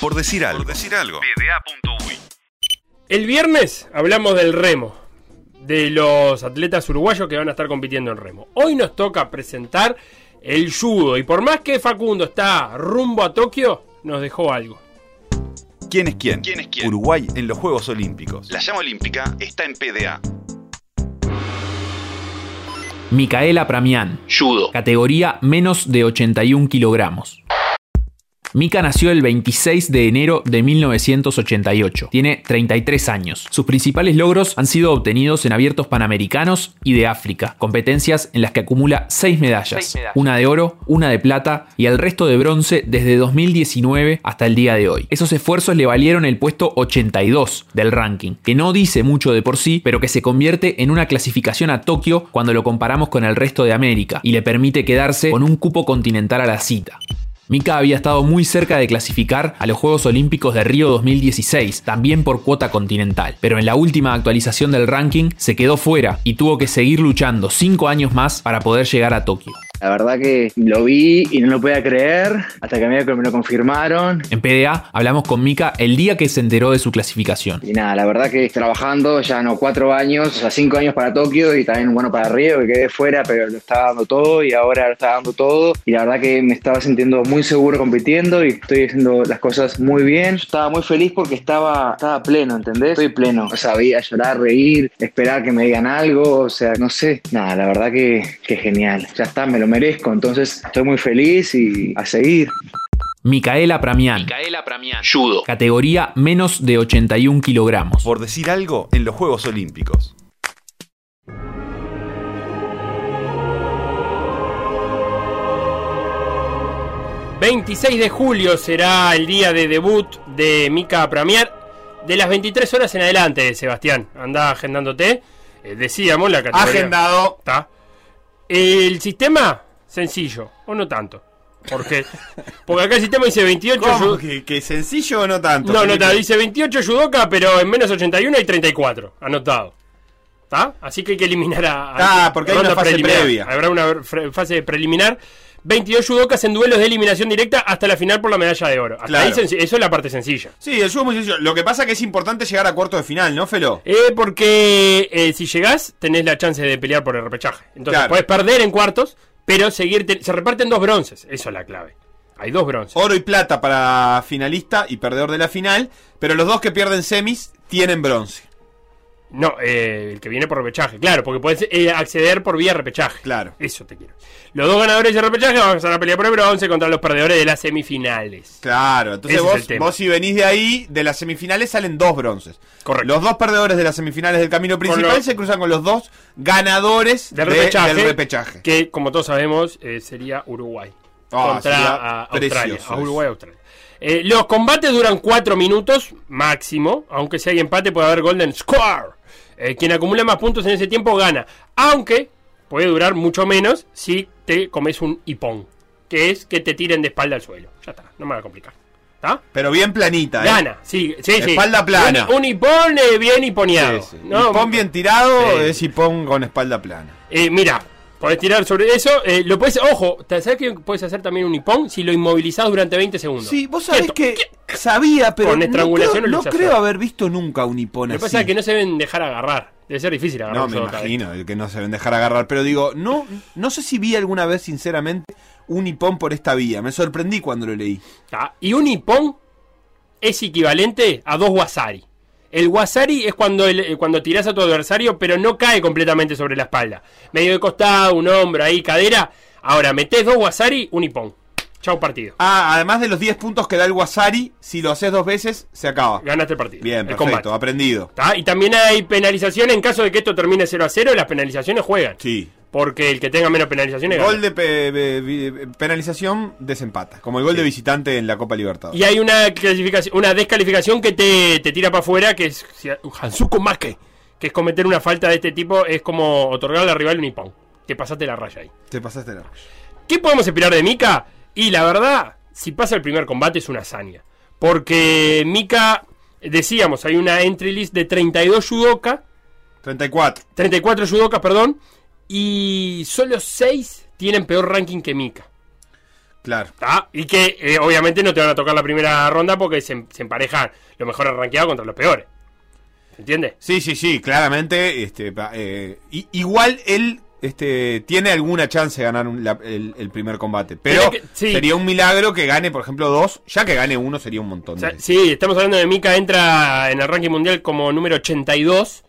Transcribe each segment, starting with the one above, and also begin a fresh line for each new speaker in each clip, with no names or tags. Por decir algo.
Por decir algo.
El viernes hablamos del remo, de los atletas uruguayos que van a estar compitiendo en remo. Hoy nos toca presentar el judo y por más que Facundo está rumbo a Tokio, nos dejó algo.
¿Quién es quién?
¿Quién es quién?
Uruguay en los Juegos Olímpicos.
La llama olímpica está en PDA.
Micaela Pramián,
Judo.
categoría menos de 81 kilogramos. Mika nació el 26 de enero de 1988. Tiene 33 años. Sus principales logros han sido obtenidos en abiertos panamericanos y de África, competencias en las que acumula 6 medallas,
Seis medallas.
una de oro, una de plata y el resto de bronce desde 2019 hasta el día de hoy. Esos esfuerzos le valieron el puesto 82 del ranking, que no dice mucho de por sí, pero que se convierte en una clasificación a Tokio cuando lo comparamos con el resto de América y le permite quedarse con un cupo continental a la cita. Mika había estado muy cerca de clasificar a los Juegos Olímpicos de Río 2016, también por cuota continental, pero en la última actualización del ranking se quedó fuera y tuvo que seguir luchando 5 años más para poder llegar a Tokio.
La verdad que lo vi y no lo podía creer hasta que me me lo confirmaron.
En PDA hablamos con Mika el día que se enteró de su clasificación.
Y nada, la verdad que trabajando ya no cuatro años, o sea, cinco años para Tokio y también bueno para Río, que quedé fuera, pero lo estaba dando todo y ahora lo está dando todo. Y la verdad que me estaba sintiendo muy seguro compitiendo y estoy haciendo las cosas muy bien. Yo estaba muy feliz porque estaba, estaba pleno, ¿entendés? Estoy pleno. O sea, veía llorar, reír, esperar que me digan algo, o sea, no sé. Nada, la verdad que, que genial. Ya está, me lo merezco, entonces estoy muy feliz y a seguir.
Micaela Pramián,
Micaela Pramián.
Judo.
categoría menos de 81 kilogramos.
Por decir algo en los Juegos Olímpicos.
Claro. 26 de julio será el día de debut de Mika Pramiar. De las 23 horas en adelante, Sebastián, anda agendándote. Eh, decíamos la categoría.
Agendado.
Está. El sistema, sencillo, o no tanto. Porque, porque acá el sistema dice 28
¿Cómo?
yu-
¿Que, que sencillo o no tanto?
No, no,
Felipe?
ta, dice 28 judoka, pero en menos 81 hay 34, anotado. ¿Está? Así que hay que eliminar a. a-
Ah, porque hay
ronda
una fase
preliminar.
previa.
Habrá una fre- fase preliminar. 22 judocas en duelos de eliminación directa hasta la final por la medalla de oro. Hasta
Claro.
ahí senc- eso es la parte sencilla.
Sí, el judo es muy sencillo. Lo que pasa es que es importante llegar a cuarto de final, ¿no, Felo?
Eh, porque eh, si llegás, tenés la chance de pelear por el repechaje. Entonces
Claro.
podés perder en cuartos, pero seguirte. Se reparten dos bronces, eso es la clave. Hay dos bronces.
Oro y plata para finalista y perdedor de la final, pero los dos que pierden semis tienen bronce.
No, eh, el que viene por repechaje, claro, porque puedes eh, acceder por vía repechaje.
Claro.
Eso te quiero. Los dos ganadores de repechaje van a empezar a pelear por el bronce contra los perdedores de las semifinales.
Claro, entonces
Ese es el
vos,
tema.
vos si venís de ahí, de las semifinales salen dos bronces.
Correcto.
Los dos perdedores de las semifinales del camino principal
lo-
se cruzan con los dos ganadores
Del
de-
repechaje.
del repechaje.
Que, como todos sabemos, eh, sería Uruguay.
Ah,
contra
sería
a- Australia.
precioso
A
eso.
Uruguay, Australia. Eh, los combates duran 4 minutos máximo. Aunque si hay empate, puede haber Golden Score. Eh, quien acumula más puntos en ese tiempo gana. Aunque puede durar mucho menos si te comes un hipón. Que es que te tiren de espalda al suelo. Ya está, no me va a complicar. ¿Está?
Pero bien planita, ¿eh?
Gana, sí, sí, sí.
Espalda plana.
Un, un hipón eh, bien hiponeado.
Sí, sí.
¿no?
Hipón bien tirado
Sí.
es hipón con espalda plana.
Eh, mira, podés tirar sobre eso. eh, lo puedes, ojo, ¿te- ¿sabes que puedes hacer también un hipón si lo inmovilizás durante 20 segundos?
Sí, vos sabés
Quieto,
que
quieto.
sabía, pero
Con
no
estrangulación
creo,
lo
no
luchas
creo
solo.
haber visto nunca un hipón
Lo que
así.
pasa es que no se deben dejar agarrar. Debe ser difícil agarrar.
No, me imagino, el que no se ven dejar agarrar. Pero digo, no, no sé si vi alguna vez, sinceramente, un hipón por esta vía. Me sorprendí cuando lo leí.
Y un hipón es equivalente a dos wasari. El wasari es cuando, el- eh, cuando tirás a tu adversario, pero no cae completamente sobre la espalda. Medio de costado, un hombro ahí, cadera. Ahora, metés dos wasari, un hipón. Chau partido.
Ah, además de los 10 puntos que da el Wasari, si lo haces dos veces, se acaba.
Ganaste el partido.
Bien,
el combate.
perfecto, aprendido.
¿Tá? Y también hay penalización en caso de que esto termine 0 a 0, las penalizaciones juegan.
Sí.
Porque el que tenga menos penalizaciones
Gol
gana.
de pe- pe- pe- penalización desempata, como el gol de visitante en la Copa Libertadores.
Y hay una clasificación, una descalificación que te, te tira para afuera, que es si- Hansuko Make, que es cometer una falta de este tipo, es como otorgarle al rival un hipón. Te pasaste la raya ahí.
Te pasaste la
¿Qué podemos esperar de Mika? Y la verdad, si pasa el primer combate es una hazaña. Porque Mika, decíamos, hay una entry list de 32 judoka
34.
34 judokas, perdón, y solo 6 tienen peor ranking que Mika.
Claro.
¿tá? Y que eh, obviamente no te van a tocar la primera ronda porque se, se emparejan los mejores rankeados contra los peores. ¿Se entiende?
Sí, sí, sí, claramente. Este, pa- eh, i- igual él este, tiene alguna chance de ganar un- la- el, el primer combate. Pero
Tiene que- sí.
sería un milagro que gane, por ejemplo, dos. Ya que gane uno sería un montón.
O
de
sea, sí, estamos hablando de Mika, entra en el ranking mundial como número 82.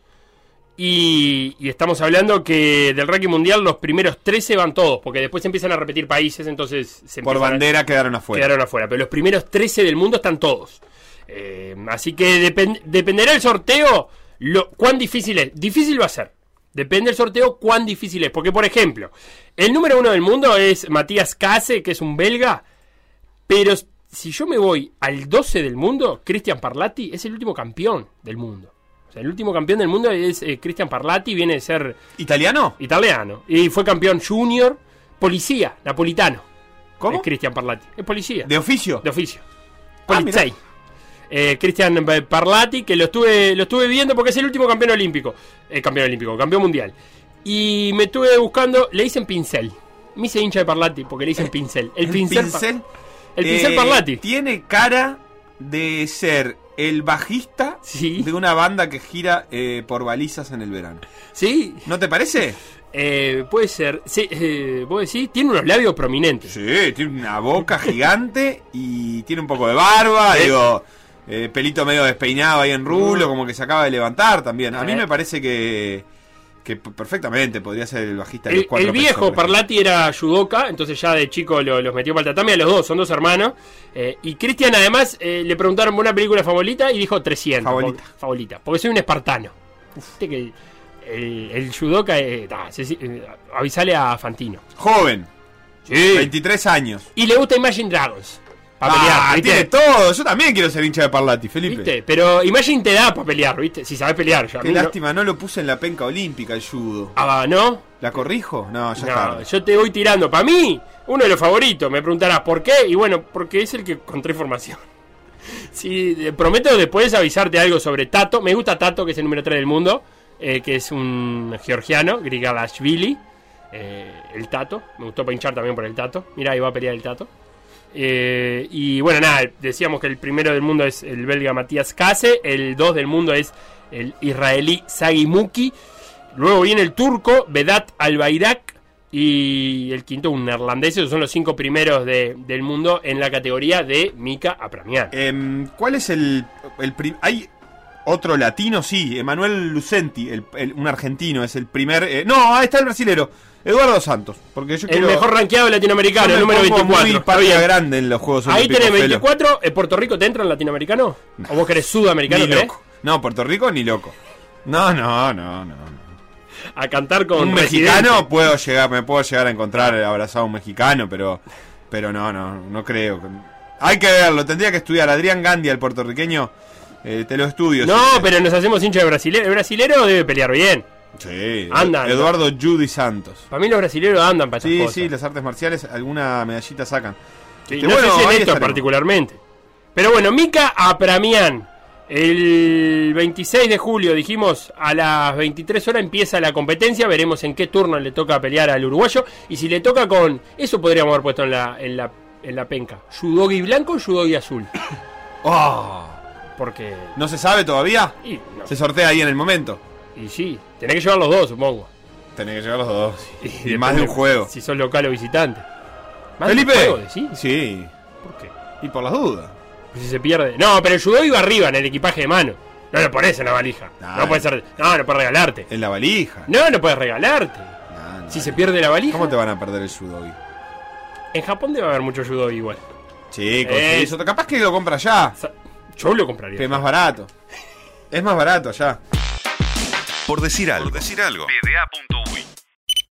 Y, y estamos hablando que del ranking mundial los primeros 13 van todos, porque después se empiezan a repetir países, entonces se empiezan
Por
a-
bandera quedaron afuera.
quedaron afuera. Pero los primeros 13 del mundo están todos. Eh, así que depen- dependerá el sorteo lo, cuán difícil es. Difícil va a ser. Depende del sorteo cuán difícil es. Porque, por ejemplo, el número uno del mundo es Matías Case, que es un belga. Pero si yo me voy al 12 del mundo, Cristian Parlati es el último campeón del mundo. O sea, el último campeón del mundo es eh, Cristian Parlati, viene de ser
¿Italiano?
italiano. Y fue campeón junior, policía, napolitano.
¿Cómo?
Es Cristian Parlati. Es policía.
¿De oficio?
De oficio.
Ah,
Polizei. Eh, Cristian eh, Parlati, que lo estuve, lo estuve viendo porque es el último campeón olímpico. Eh, campeón olímpico, campeón mundial. Y me estuve buscando, le dicen pincel. Me hice hincha de Parlati porque le dicen pincel. El, pincel. par- el pincel
eh,
Parlati.
Tiene cara de ser el bajista
Sí.
de una banda que gira eh, por balizas en el verano.
Sí,
¿No te parece?
eh, puede ser. Sí, eh, ¿Vos decís? Tiene unos labios prominentes.
Sí, tiene una boca gigante y tiene un poco de barba, digo, eh, pelito medio despeinado ahí en
Mm.
rulo, como que se acaba de levantar también. A mí
Eh.
me parece que, que p- perfectamente podría ser el bajista de los
El,
cuatro
el
pesos,
viejo
por ejemplo.
Parlati era judoka, entonces ya de chico lo- los metió para el tatami a los dos, son dos hermanos. Eh, y Cristian además eh, le preguntaron por una película favorita y dijo 300.
Favorita.
por- favorita, porque soy un espartano. Viste que el, el- el judoka, eh, ta, se- se- eh, avisale a Fantino.
Joven,
Sí.
23 años.
Y le gusta Imagine Dragons. Para
Ah,
pelear, ¿viste?
tiene todo. Yo también quiero ser hincha de Parlati, Felipe.
¿Viste? Pero Imagine te da para pelear, ¿viste? Si sabes pelear. Yo, a
Qué
mí no-
lástima, no lo puse en la penca olímpica el judo.
Ah, ¿no?
¿La corrijo? No, Ah, ya
No,
está.
yo te voy tirando. Para mí, uno de los favoritos. Me preguntarás por qué. Y bueno, porque es el que encontré formación. Sí, eh, prometo después avisarte algo sobre Tato. Me gusta Tato, que es el número 3 del mundo. eh, que es un georgiano, Grigalashvili. eh, el Tato. Me gustó pinchar también por el Tato. Mira, ahí va a pelear el Tato. Eh, y bueno, nada, decíamos que el primero del mundo es el belga Matías Case, el 2 del mundo es el israelí Sagi Muki, luego viene el turco Vedat Albayrak y el quinto un neerlandés, esos son los cinco primeros de- del mundo en la categoría de Mika Apramian.
Em, ¿Cuál es el, el pri- hay otro latino? Sí, Emanuel Lucenti, el- el- un argentino, es el primer. eh, no, ahí está el brasilero, Eduardo Santos, porque yo
el
quiero-
mejor rankeado
yo
latinoamericano,
me
el número
pongo
24.
Muy
está
patria
bien.
grande en los Juegos
Ahí
Olímpicos,
tenés
Felo.
24, eh, ¿Puerto Rico te entra en latinoamericano? ¿O vos querés sudamericano?
Ni
querés?
loco. No, Puerto Rico ni loco. No, no, no, no. no.
A cantar con
un
Residente.
mexicano puedo llegar, me puedo llegar a encontrar abrazado a un mexicano, pero, pero no, no, no creo. que- Hay que verlo, tendría que estudiar. Adrián Gandhi, el puertorriqueño, eh, te lo estudio.
No,
si querés.
pero nos hacemos hincha de brasilero. El brasilero debe pelear bien.
Sí,
Andan.
Eduardo Judy Santos.
Para mí los brasileños andan para esas
Sí,
cosas.
sí, las artes marciales alguna medallita sacan.
Sí,
Este,
no
bueno,
sé si en
ahí
esto
estaremos.
particularmente. Pero bueno, Mika Apramian. El 26 de julio, dijimos, a las 23 horas empieza la competencia. Veremos en qué turno le toca pelear al uruguayo. Y si le toca con... Eso podríamos haber puesto en la, en la, en la penca. Yudogi blanco, Yudogi azul.
Oh,
Porque...
¿No se sabe todavía?
Y, no,
Se sortea ahí en el momento.
y sí, tenés que llevar los dos, supongo.
Tenés que llegar los dos. Y,
depende
más de un juego.
Si sos local o visitante. Más de un
Felipe.
juego, decís.
Sí.
¿Por qué?
Y por las dudas.
Pues Si se pierde. No, pero el judo iba arriba en el equipaje de mano. No lo pones en la valija.
Nah.
No puede ser. No, no puedes regalarte.
En la valija.
No, no puedes regalarte.
No, no.
Si se pierde la valija.
¿Cómo te van a perder el judogi?
En Japón debe haber mucho judo igual.
Chicos,
Eh.
sí, eso- capaz que lo compra allá.
O sea, yo lo
Que
compraría.
es más barato. Es más barato allá.
Por decir algo.
Por decir algo. PDA.1.